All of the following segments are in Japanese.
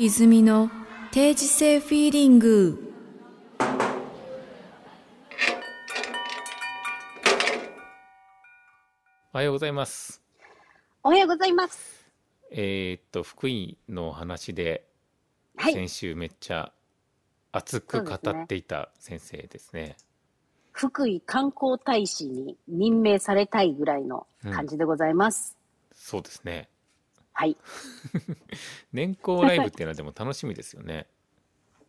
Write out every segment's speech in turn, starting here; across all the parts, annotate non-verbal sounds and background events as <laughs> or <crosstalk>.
泉の定時性フィーリングおはようございます。おはようございます。えーっと福井のお話で、はい、先週めっちゃ熱く語っていた先生ですね。福井観光大使に任命されたいぐらいの感じでございます。そうですね。はい、年功ライブっていうのはでも楽しみですよね。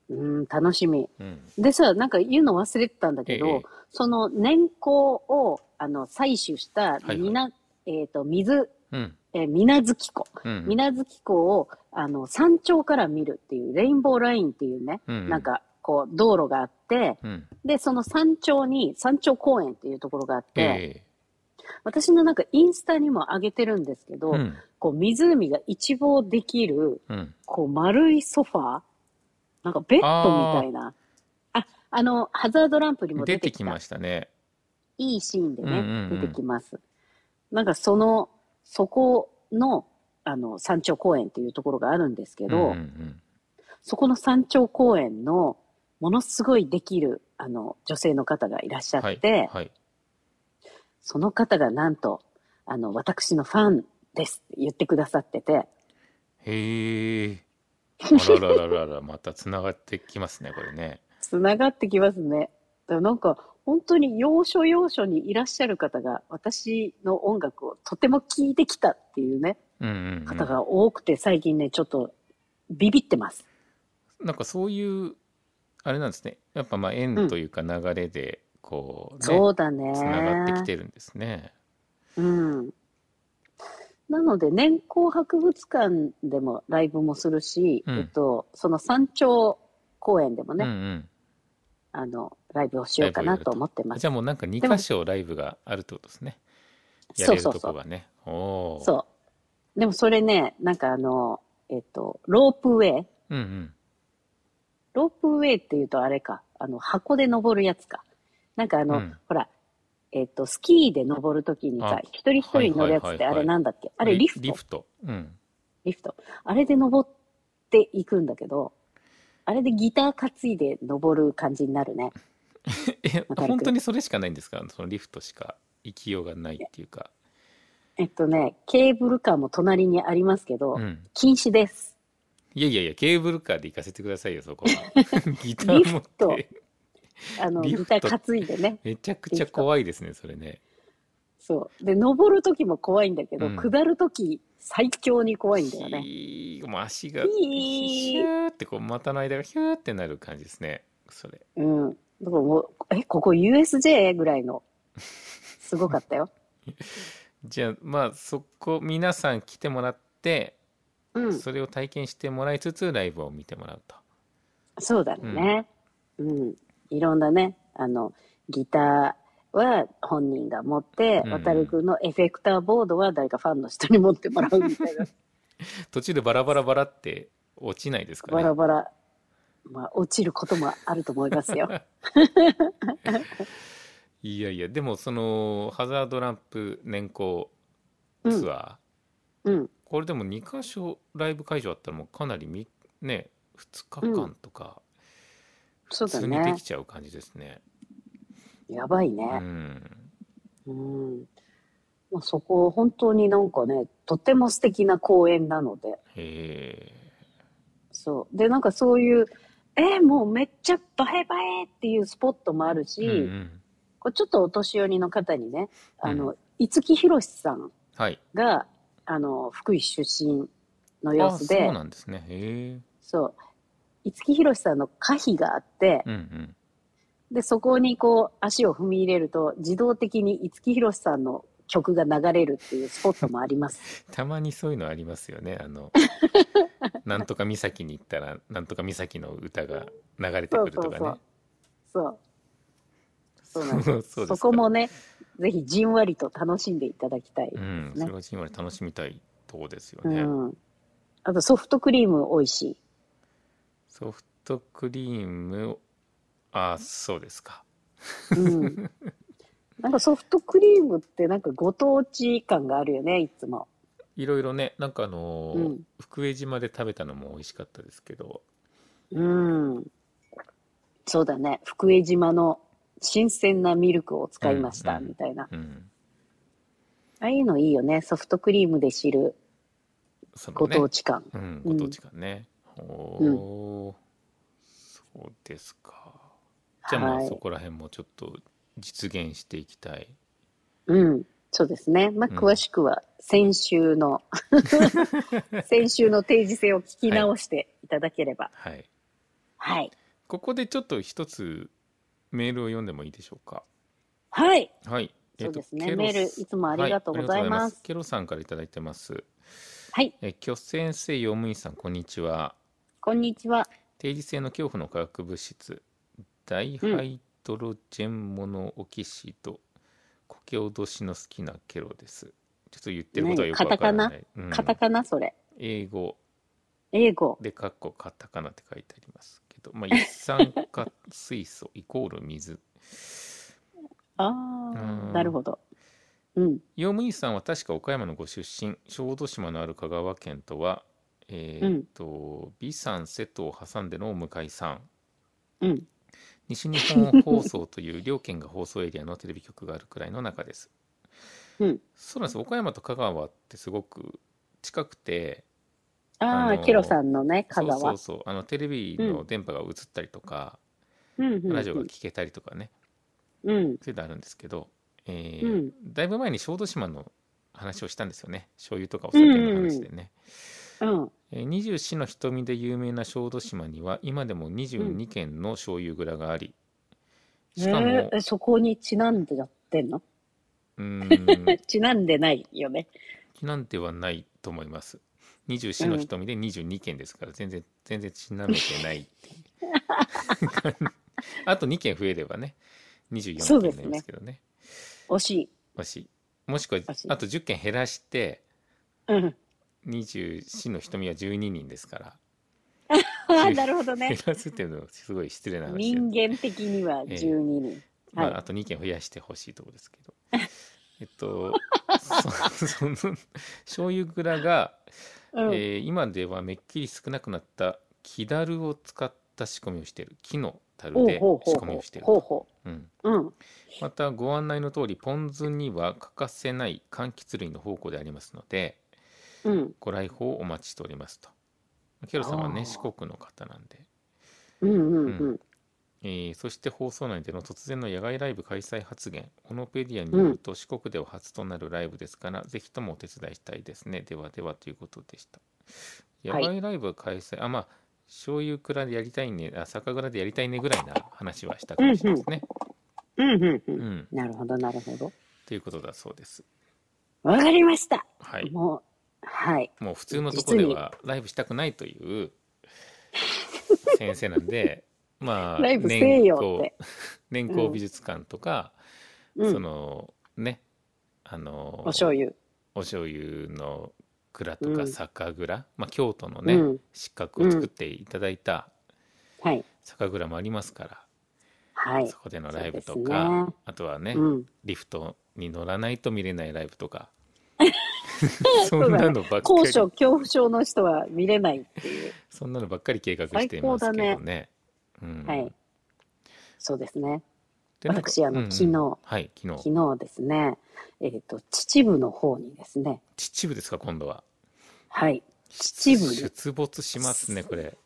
うん、楽しみ。うん。でさ、なんか言うの忘れてたんだけど、ええその年功をあの採取したはいみな、えっ、と水うん。えー、水無月湖、うん。水無月湖をあの山頂から見るっていうレインボーラインっていうね、うんなんかこう道路があって、うん。でその山頂に山頂公園っていうところがあっえて、私のなんかインスタにも上げてるんですけえど、うん。こう湖が一望できる、うん。こう丸いソファーなんかベッドみたいな。あ、あの、ハザードランプにも出出ててききまた。したね。いいシーンでね、うんうんうん出てきます。なんかその、そこの、あの、山頂公園っていうところがあるんですけうんど、うんうんそこの山頂公園の、ものすごいできる、あの、女性の方がいらっしゃはいって、はい。その方がなんと、あの、私のファンですって言ってくださってて、へ <laughs> え。あららららららまたつながってきますねこれね。つながってきますね。だからなんか本当に要所要所にいらっしゃる方が私の音楽をとても聴いてきたっていうねうんうん、うん。方が多くて最近ねちょっとビビってます。なんかそういうあれなんですねやっぱまあ縁というか流れでこうねそうだね。つながってきてるんですね。うん。なので年功博物館でもライブもするし、うんえっとその山頂公園でもうんね、うんあのライブをしようかなと思ってますじ。ゃあもうなんかで2も箇所ライブがあるってことですね。やそれうるそとうそこう。がね。おお。そう。でもそれね、なんかあの、えっと、ロープウェイう。んうん。ロープウェイっていうとあれか、あの、箱で登るやつか。なんかあうの、んほら、えっ、と、スキーで登るときにさあ、一人一人に乗るやつはいはっていはいあはいれなんだっけ、あれリフトリリフト。 <laughs> うん。フト。あれで登っていくんだけど、あれでギター担いで登る感じになるね。えわかる本当にそれしかないんですかそのリフトしか行きようがないっていうか。えっとね、ケーブルカーも隣にありますけど、うん。禁止です。いやいやいやケーブルカーで行かせてくださいよそこ <laughs> は。ギター持っリてあの、リギフトター担いでね。めちゃくちゃ怖いですねそれね。そう。で、登るときも怖いんだけど、うん下るとき最強に怖いんだよね。ひーもう足がひーヒューってこう股の間がヒューってなる感じですね。それ。うん。だからもう、え、ここ USJ? ぐらい <laughs> の。すごかったよ。じゃあまあそこ皆さん来てもらって、うん。それを体験してもらいつつライブを見てもらうと。そうだね。うん、いろんなね、あの、ギターは本人が持ってう、ん渡るくんのエフェクターボードは誰かファンの人に持ってもらうみ <laughs> たいな。途中でバラバラバラって落ちないですかバね。ラバラ。まあ、落ちることもあると思います <laughs> よ。いやいやでもそのハザードランプ年功うツん。アー、うん。これでも2か所ライブ会場あったらもうかなりみね2日間とかそ普うだ通にでねき。ちゃう感じですね。やばいうね。ん。うん。まあ、そこ、本当になんかね、とても素敵な公園なので、へそう。で、なんかそういう、えーもうめっちゃ映え映えっていうスポットもあるし、え。うんうん。こうちょっとお年寄りの方にね、あうの、五木ひろしさんはい。が、あの、福井出身の様あ子そうで、なんですね。へえ。そう。五木ひろしさんの歌碑があって、うんうん。で、そこにこう、足を踏み入れると、自動的に五木ひろしさんの曲が流れるっていうスポットもあ <laughs> ります。たまにそういうのありますよねあ <laughs> のなんとか岬に行ったらなんとか岬の歌が流れてくるとかねそう。そうそうそう <laughs> そうそうですそかこもね、ぜひじんわりと楽しんでいただきたい。うんねそれは今まで楽しみたいとこですようね、ん。あとソフトクリーム美味しい。ソフトクリームをあそうですか <laughs> うん。なんかソフトクリームってなんかご当地感があるよね、いつも。いろいろねなんかあのーうん福江島で食べたのも美味しかったですけどうん。そうだね。福江島の新鮮なミルクを使いましうた、んうんみたいな。うんああいうのいいよね。ソフトクリームで知るそのごね当地感。うん、うごん当地感ね。おうんお、そうですか。じゃあまはあいそこら辺もちょっと実現していきたい。うん。そうですね。まあ、うん詳しくは先週 <laughs> の、先週の定時制を聞き直していただければ。はい。はい。ここでちょっと一つメールを読んでもいいでしょうか。はい。はい。そうですねケロメールいつもありがとうございはありますがとうケロさんからいただいてます。はい。え、巨先生、用務員さん、こんにちは。こんにちは。定時性の恐怖の化学物質ダイハイドロジェンモノオキシド、コケオドシの好きなケロですちょっと言ってることはよくわからない、うんカタカナ、それ。英語英語。でカッコカタカナって書いてありますけど、まあ、一酸化水素イコール水あうあん、なるほど。うん。用務員さんは確か岡山のご出身小豆島のある香川県とはえーっと、美山瀬戸を挟んでのお向かいさんうん。西日本放送という両県が放送エリアのテレビ局があるくらいの中です。うんそうなんです岡山と香川ってすごく近くてあああ、のケロさんのね、香川。そうそうそうあのテレビの電波が映ったりとか、うんうんうんラジオが聞けたりとかねうん。そういうのあるんですけど、えーうんだいぶ前に小豆島の話をしたんですよね醤油とかお酒の話でね。うん。えー二十四の瞳で有名な小豆島には今でも22軒の醤油蔵があり、しかも、えーそこにちなんでやってんのうーんちなんでないよね。ちなんではないと思います。24の瞳で22件ですから、全然全然ちなめてないっていう <laughs> あと2件増えればねそ24う件にですなねりますけどね惜しい。もしもしくはもしあと10件減らしてうん。 <laughs> 24の瞳は12人ですからああ、なるほど減 <laughs> ね。らすっていうのはすごい失礼な話で人間的には12人。まはいあ、あと2件増やしてほしいところですけどえっとそ <laughs> その醤油蔵がうん。えー今ではめっきり少なくなった木だるを使った仕込みをしている木の樽ほうでほう仕ほう込みほ。をしていうるほうほうん、う。うん。またご案内の通りポン酢には欠かせない柑橘類の宝庫でありますのでうん。ご来訪をお待ちしておりますとケロさんはあねー四国の方なんで、うんうんうん。えーそして放送内での突然の野外ライブ開催発言オノペディアによると四国では初となるライブですから、ぜひともお手伝いしたいですねではではということでした野はい外ライブ開催、あまあ醤油蔵でやりたいねあ酒蔵でやりたいねぐらいな話はしたかもしれないですね、うんうんううんん。なるほど、なるほど。ということだそうですわかりました。はいもう、はい。もう普通のとこではライブしたくないと <laughs> いう先生なんでまあライブせえよって。年功美術館とか、うそん。のねあのお醤油。お醤油の蔵とうかん酒蔵、まあ、京都のね、うん。失格を作っていただいたはい。酒蔵もありますから、はいそ。こでのライブとそうでか、すねあとはね、うん。リフトに乗らないと見れないライブとかそ <laughs> そうんだねなのばっか高り所恐怖症の人は見れないっていう。そんなのばっかり計画していますけどね最高だうんはいそうですね。でなんか私あのうんうん昨日はい昨日昨日ですね、えっ、と、秩父の方にですね、秩父ですか今度ははい、秩父に、出没しますねこれ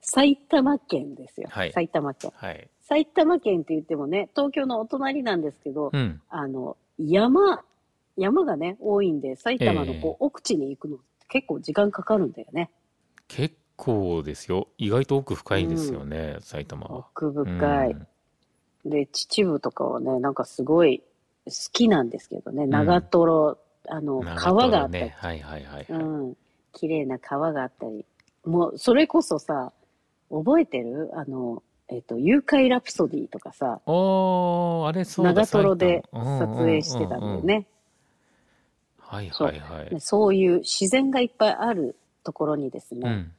埼玉県ですよ、はい埼玉県。はい埼玉県って言ってもね、東京のお隣なんですけど、うんあの、山、山がね、多いんで、埼玉のこう、奥地に行くのって結構時間かかるんだよね。結構ですよ意外と奥深いですよね、埼玉は奥深いうん。で、秩父とかはね、なんかすごい好きなんですけどね、長瀞、あの、川長瀞があったりねはいはいはい、はいうん、綺麗な川があったり、もうそれこそさ、覚えてるあの、えっ、と、誘拐ラプソディとかさ、おーあれそうだ長瀞で埼玉撮影してたんだよね、うんうんうんはいはいはでいそういう自然がいっぱいあるところにですうね、ん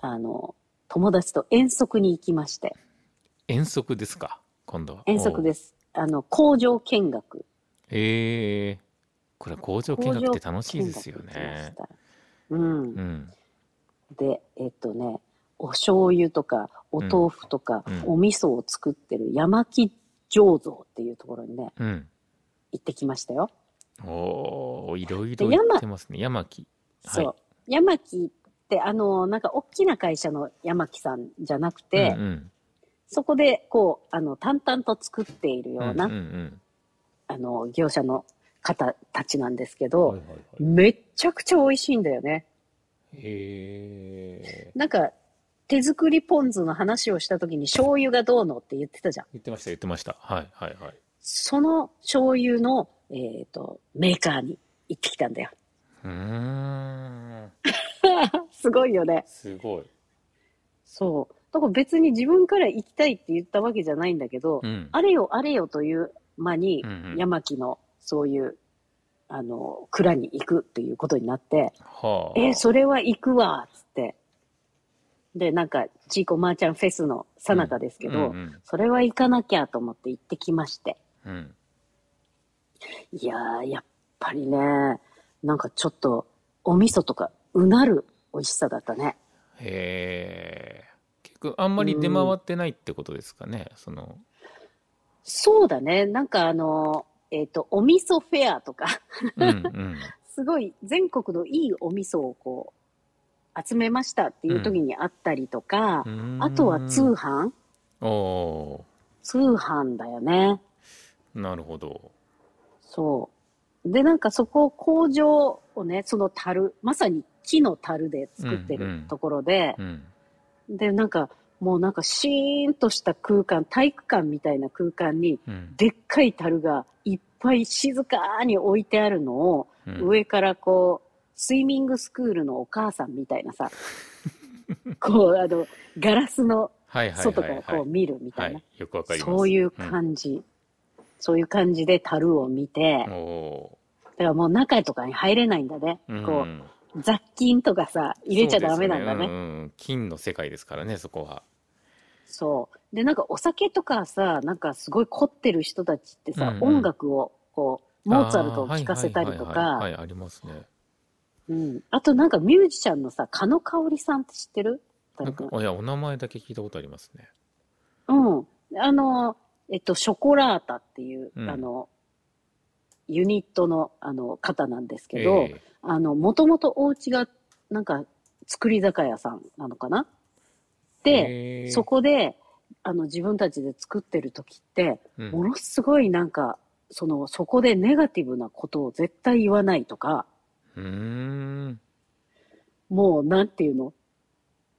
あの、友達と遠足に行きまして、遠足ですか今度は遠足ですす。あの、工場見学。えー、これは工場見学って楽しいですよね。うんう。ん、で、えっとね、お醤油とか、お豆腐とか、うんお味噌を作ってる山木醸造っていうところにね、うん、行ってきましたよ。おおいろいろで言山ってますね山木はいそう。山木って、あの、なんか大きな会社の山木さんじゃなくて、うんうんそこで、こう、あの、淡々と作っているような、うんうんあの、業者の方たちなんですけうんど、はいはいはいめっちゃくちゃ美味しいんだよね。へえなんか、手作りポン酢の話をした時に醤油がどうのって言ってたじゃん。言ってました言ってましたはいはいはいその醤油の、えっ、と、メーカーに行ってきたんだよ。うーんすごいよね。すごいそう。だから別に自分から行きたいって言ったわけじゃないんだけど、うんあれよあれよという間に、うんうん山木のそういう、あの、蔵に行くっていうことになって、はあえーそれは行くわ、つって。で、なんか、ちいこまーちゃんフェスのさなかですけうど、んそれは行かなきゃと思って行ってきまして。うんうんいやー、やっぱりね、なんかちょっと、お味噌とか、うなる美味しさだったね。へえ結構あんまり出回ってないってことですかねそのそうだね、なんかあのー、えっ、と、お味噌フェアとか、 <laughs> うんうんすごい全国のいいお味噌をこう、集めましたっていう時にあったりとかう、ーんあとは通販おお通販だよね。ーなるほどそう。で、なんかそこ、工場をね、その樽、まさに木の樽で作ってうんうるんところでう、んで、なんか、もうなんかシーンとした空間、体育館みたいな空間に、うんでっかい樽がいっぱい静かに置いてあるのを、うん上からこう、スイミングスクールのお母さんみたい <laughs> なさ、こう、あの、ガラスのはいはい外はかいらはこうい見るみたはいな。いよくわかりますそういううん感じ。そういう感じで樽を見て、おおだからもう中とかに入れないんだね。ーうんこう、雑菌とかさ、入れちゃダメなんだそうですよ。ねうんうん金の世界ですからねそこはそう。で、なんかお酒とかさ、なんかすごい凝ってる人たちってさ、うんうん音楽を、こう、モーツァルトを聴かせたりとあーはいはいはいはいか、はいありますねうん。あとなんかミュージシャンのさ、狩野かおりさんって知ってるなんかあいやお名前だけ聞いたことありますねうん。あの、えっと、ショコラータっていう、うんあの、ユニットの、あの、方なんですけど、ええあの、もともとお家が、なんか、作り酒屋さんなのかなで、へえそこで、あの、自分たちで作ってる時って、うんものすごいなんか、その、そこでネガティブなことを絶対言わないとか、うーんもう、なんていうの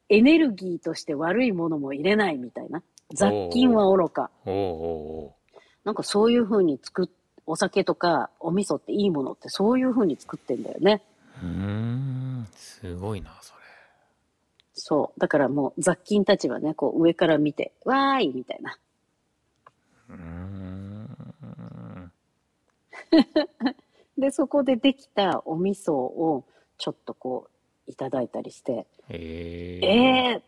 エネルギーとして悪いものも入れないみたいな。雑菌はおろか。おーおなんかそういう風に作っ、お酒とかお味噌っていいものってそういう風に作ってんだよね。ーおーうーんすごいなそれそう。だからもう雑菌たちはね、こう上から見て、わーいみたいな。うーんで、そこでできたお味噌をちょっとこういただいたりして、えええ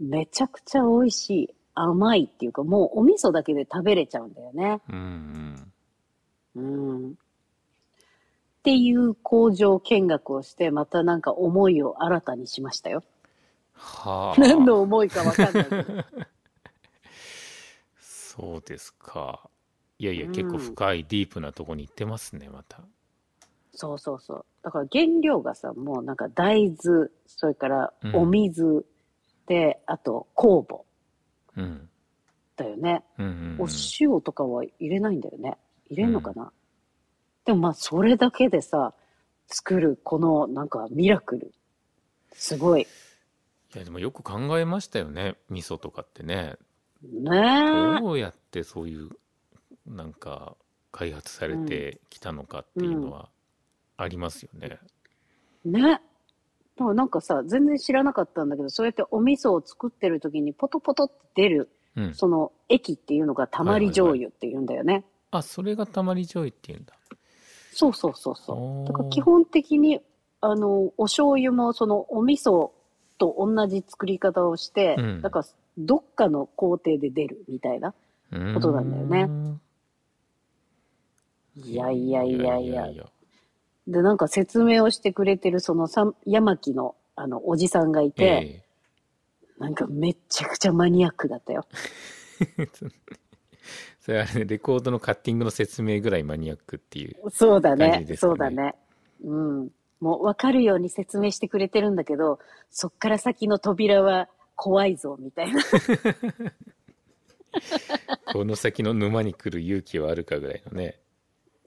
ー、めちゃくちゃ美味しい。甘いっていうか、もうお味噌だけで食べれちゃうんだよね。うんうんうん。っていう工場見学をして、またなんか思いを新たにしましたよ。はあ何の思いかわかんないけど。 <laughs> そうですかいやいやうん結構深いディープなとこに行ってますねまたそうそうそう。だから原料がさ、もうなんか大豆、それからうんお水、で、あと酵母うんだよね。うんうんうんお塩とかは入れないんだよね。入れんのかな、でもまあそれだけでさ、作るこのなんかミラクル。すごい。いやでもよく考えましたよね味噌とかってねねえ。どうやってそういうなんか開発されてきたのかっていうのはありますよね。ね。でもなんかさ、全然知らなかったんだけど、そうやってお味噌を作ってる時にポトポトって出る、うん、その液っていうのがたまり醤油っていうんだよね。あそれがたまり醤油っていうんだ。そうそうそうおそーう。だから基本的に、あの、お醤油もそのお味噌と同じ作り方をして、うんだからどっかの工程で出るみたいな。うーことなんだよねんいやいやいやいや。いやで、なんか説明をしてくれてる、そのさん、ヤマキの、あの、おじさんがいて、えなんかめっちゃくちゃマニアックだったよ。え <laughs> それあれねレコードのカッティングの説明ぐらいマニアックっていうそうだ感ねじですかねそうだね。うん。もう分かるように説明してくれてるんだけど、そっから先の扉は怖いぞ、みたいな。この先の沼に来る勇気はあるかぐらいのね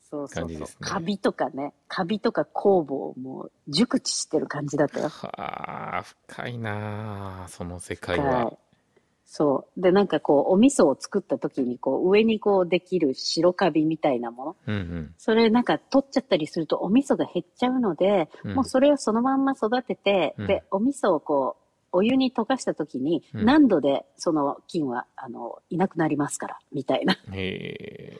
そうそ感うじそう。ですねカビとかね、カビとか酵母をもう熟知してる感じだったよ。はあ深いなあその世界は。はいそう。で、なんかこう、お味噌を作った時に、こう、上にこう、できる白カビみたいなもの。うんうんそれなんか取っちゃったりするとお味噌が減っちゃうので、うんもうそれをそのまんま育てて、うんで、お味噌をこう、お湯に溶かした時に、うん何度でその菌は、あの、いなくなりますから、みたいな。へえ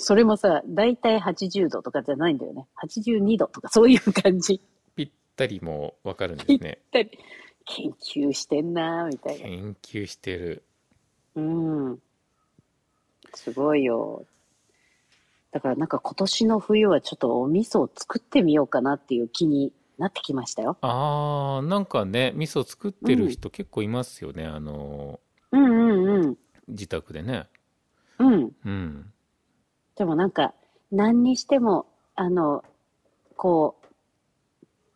それもさ、だいたい80度とかじゃないんだよね。82度とかそういう感じ。ぴったりもわかるんですねで研究してんなーみたいな。研究してるうん。すごいよ。だからなんか今年の冬はちょっとお味噌を作ってみようかなっていう気になってきましたよ。あーなんかね味噌作ってる人結構いますよね、あのうんうんうん。自宅でねうん。うんでもなんか、何にしても、あの、こ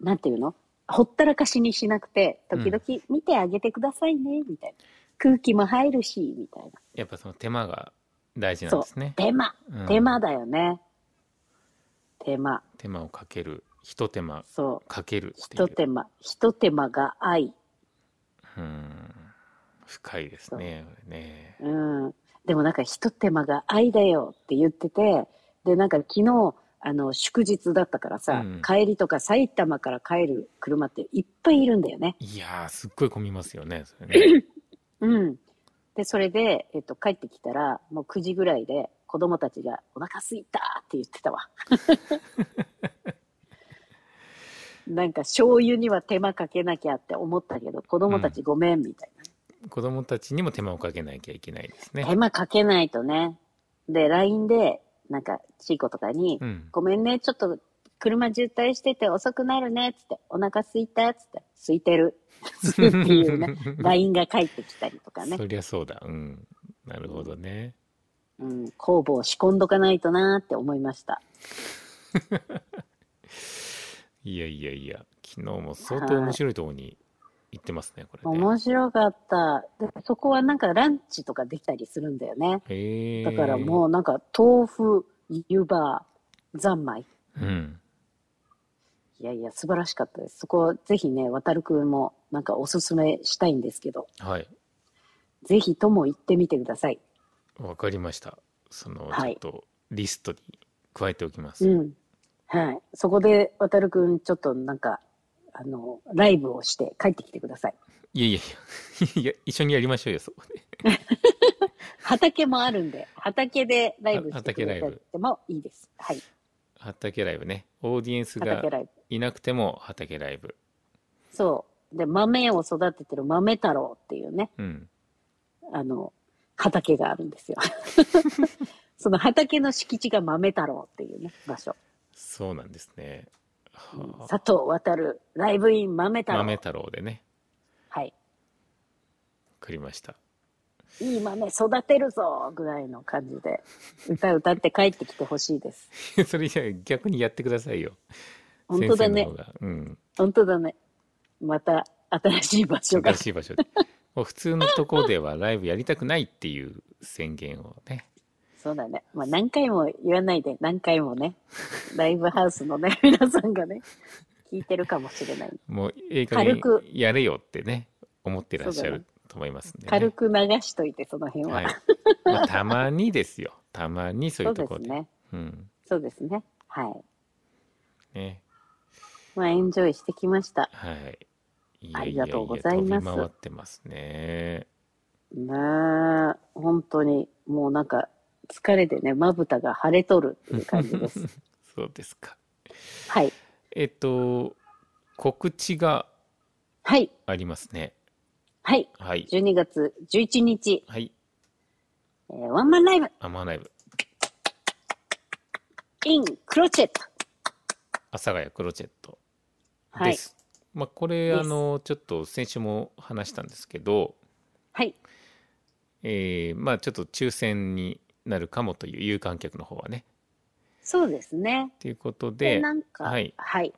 う、なんていうのほったらかしにしなくて、時々見てあげてくださいね、みたいな。空気も入るし、みたいな。やっぱその手間が大事なんですね手間、うん手間だよね。手間、手間をかけるひと手間そう。かけるってい一う手間、一手間が愛。うん深いですねこれねうん。でもなんか、一手間が愛だよって言ってて、で、なんか昨日、あの、祝日だったからさ、うん帰りとか埼玉から帰る車っていっぱいいるんだよね。いやーすっごい混みますよねそれ <laughs> ねうん。で、それで、えっと、帰ってきたら、もう9時ぐらいで、子供たちが、お腹すいたって言って <laughs> たわ。なんか、醤油には手間かけなきゃって思ったけど、子供たちごめん、みたい子供たちにも手間をかけなきゃいけないですな。ね手間かけないとね。で、LINE で、なんか、チーコとかに、うんごめんね、ちょっと、車渋滞してて遅くなるね、つって、お腹すいた、つって、空い <laughs> てる。っていうね、LINE が返ってきたりとかね。 <laughs> そりゃそうだうんなるほどねうん、酵母を仕込んどかないとなーって思いました。いやいやいや昨日も相当面白いところに行ってますねこれね面白かった。で、そこはなんかランチとかできたりするんだよね。へえだからもうなんか豆腐、湯葉、三昧。うんいやいや、素晴らしかったです。そこ、ぜひね、渡るくんもなんかおすすめしたいんですけど、はいぜひとも行ってみてください。わかりましたそのちはょっいとリストに加えておきます、うん。はい。そこで渡るくん、ちょっとなんか、あの、ライブをして帰ってきてください。いやいやいや <laughs> いや一緒にやりましょうよそこで畑もあるんで、畑でライブしてくだあ畑ラさイっブてもいいです。はい。畑ライブねオーディエンスが畑ライブ。いなくても畑ライブそう。で、豆を育ててる豆太郎っていうね、うんあの、畑がある <laughs> んですよ。その畑の敷地が豆太郎っていうね、場所。そうなんですねはあ佐藤渡るライブイン豆太郎。豆太郎でねはい。わかりました <laughs> いい豆育てるぞぐらいの感 <laughs> じで、歌歌って帰ってきてほしいです。それじゃあ逆にやってくださいよ。本当だ先ね生の。方が。うん。本当だね。また新しい場所が難。しい場所で。もう普通のとこではライブやりたくないっていう宣言をね。そうだね。まあ何回も言わないで、何回もね、ライブハウスのね、 <laughs> 皆さんがね、聞いてるかもしれない。もう映画に軽くやれよってね、思ってらっしゃそうだるねと思いますんで、ね。軽く流しといて、その辺は。はい。まあ、たまにですよ。たまにそういそううとでこすで。ね。うん。そうですね。はい。ね。まあ、エンジョイしてきました。はい。いありがとうございます飛び回ってますね。ねえ、本当に、もうなんか、疲れてね、まぶたが腫れとるっていう感じです。 <laughs> そうですか。はい。えっと、告知がはい。ありますね。はい。はい。 12月11日、はい。えーワンマンライブ、アマーライブ。 in クロチェット。阿佐ヶ谷クロチェットはでい。す。まあ、これですあのちょっと先週も話したんですけど、はい。えーまあちょっと抽選になるかもという有観客の方はねそうですね。ということで、でなんか、ははいい。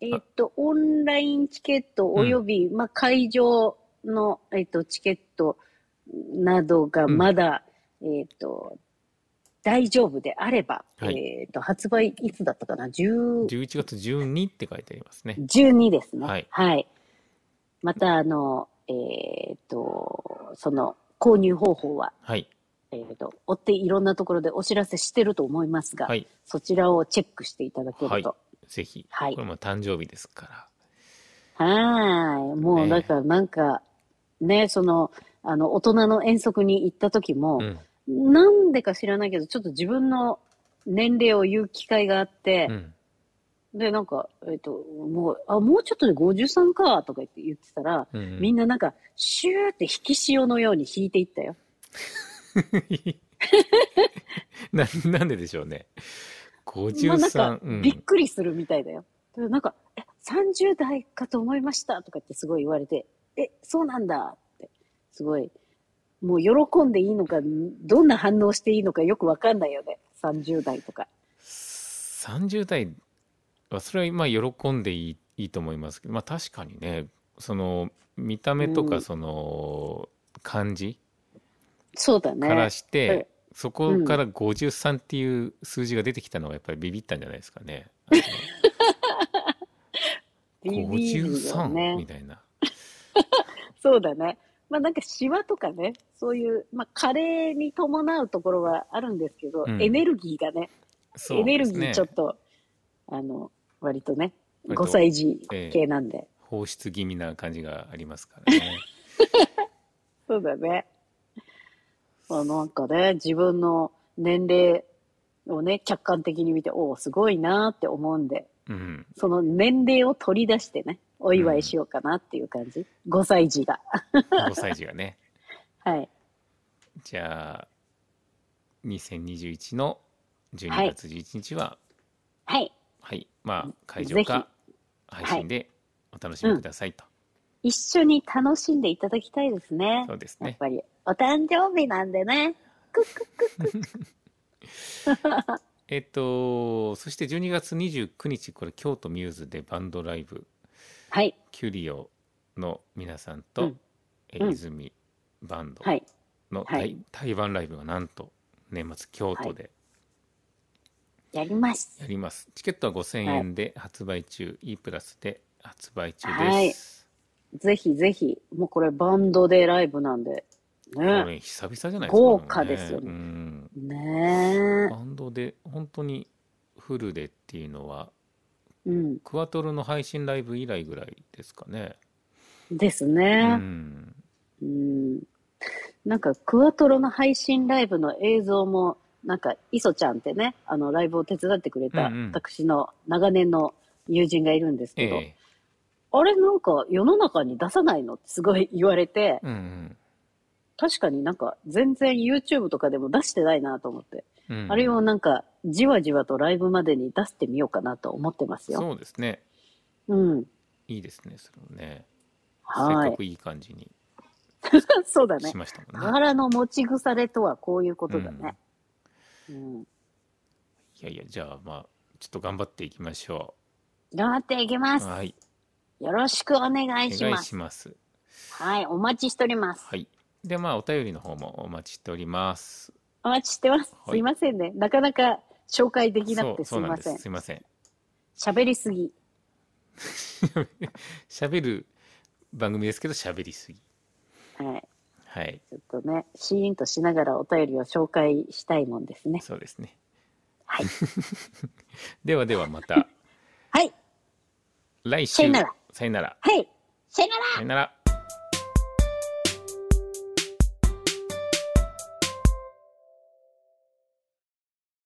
えーっと、オンラインチケットおよび、まあ、会場の、えーっと、チケットなどがうんまだ、えーっと、大丈夫であれば、はいえーっと、発売いつだったかな ?10、 11月12って書いてありますね。 12ですね。はいまた、あの、えーっと、その、購入方法は、はいえーっと、追っていろんなところでお知らせしてると思いますが、はいそちらをチェックしていただけると。ぜひ、はいこれも誕生日ですからはーい。もねう、だからなんか、ね、その、あの、大人の遠足に行った時もう、んなんでか知らないけど、ちょっと自分の年齢を言う機会があってう、んで、なんか、えっと、もう、あ、もうちょっとで53か、とか言って言ってたら、うんうんみんななんか、シューって引き潮のように引いていったよ。 <laughs> ななんででしょうね。53、 <laughs> まあなんかう、んびっくりするみたいだよ。でなんか、え30代かと思いましたとかってすごい言われて、え、そうなんだって、すごい、もう喜んでいいのか、どんな反応していいのかよくわかんないよね。30代とか。 30代はそれはまあ喜んでいいいいと思いますけど、まあ、確かにねその見た目とうかんその感じそうだね。からして、はいそこから53っていう数字が出てきたのがやっぱりビビったんじゃないですか <laughs> ね。ビビるよ53みね。たいな。そうだね。まあなんかシワとかね、そういう、まあ加齢に伴うところはあるんですけど、うんエネルギーがね、そエうネでルすギねーちょっと、あの、割とね、割と5歳児系なんで。放出気味な感じがありますからね。 <laughs> そうだね。まあ、なんかね、自分の年齢をね、客観的に見て、おお、すごいなーって思うんで、うん、その年齢を取り出してね、お祝いしようかなっていう感じ。5歳児が。 5歳児がね。はい。じゃあ2021の12月11日は、はい。はいまあ、会場か配信でお楽しみくださいと、一緒に楽しんでいただきたいですねそ。うですやっねぱり。お誕生日なんでね。えっとそして12月29日これ京都ミューズでバンドライブはい。キュリオの皆さんと、うんえうん泉バンドはい。の台,、はい台湾ライブがなんと年末京都でやりますや。ります、チケットは5000円で発売中、E プラスで発売中はでいす、ぜひぜひ。もうこれバンドでライブなんで。こねれ久々じゃないですか豪華ですよねうんねバンドで本当にフルでっていうのはえ。うん。クワトロの配信ライブ以来ぐらいですかね。ですうね。ん、うんなんか、クワトロの配信ライブの映像も、なんか、磯ちゃんってね、あの、ライブを手伝ってくれた、うんうん私の長年の友人がいるんですえけど、えあれなんか、世の中に出さないのってすごい言われて、うん確かになんか、全然 YouTube とかでも出してないなと思って、うんうんあれをなんか、じわじわとライブまでに出してみようかなと思ってますよ。そうですね。うん。いいですね。それもね。せっはかい。くいい感じに <laughs> そうだねし。ましたもんね。宝の持ち腐れとはこういうことだね。うんいやいや、じゃあまあ、ちょっと頑張っていきましょ頑張っていきう。ます。はい。よろしくお願おいし願いましす。ます。はい、お待ちしております。はい。で、まあ、お便りの方もお待ちしております。お待ちしてます。はいすいませんね。なかなか紹介できなくてすそうそいうなんまでせす。ん。すいません。喋りすぎ。喋る番組ですけど、喋りすぎ。はい。はい。ちょっとね、シーンとしながらお便りを紹介したいもんですね。そうですね。はい。 <laughs> ではではまたはい。来週。さよならさよなら。はい。さよならさよなら。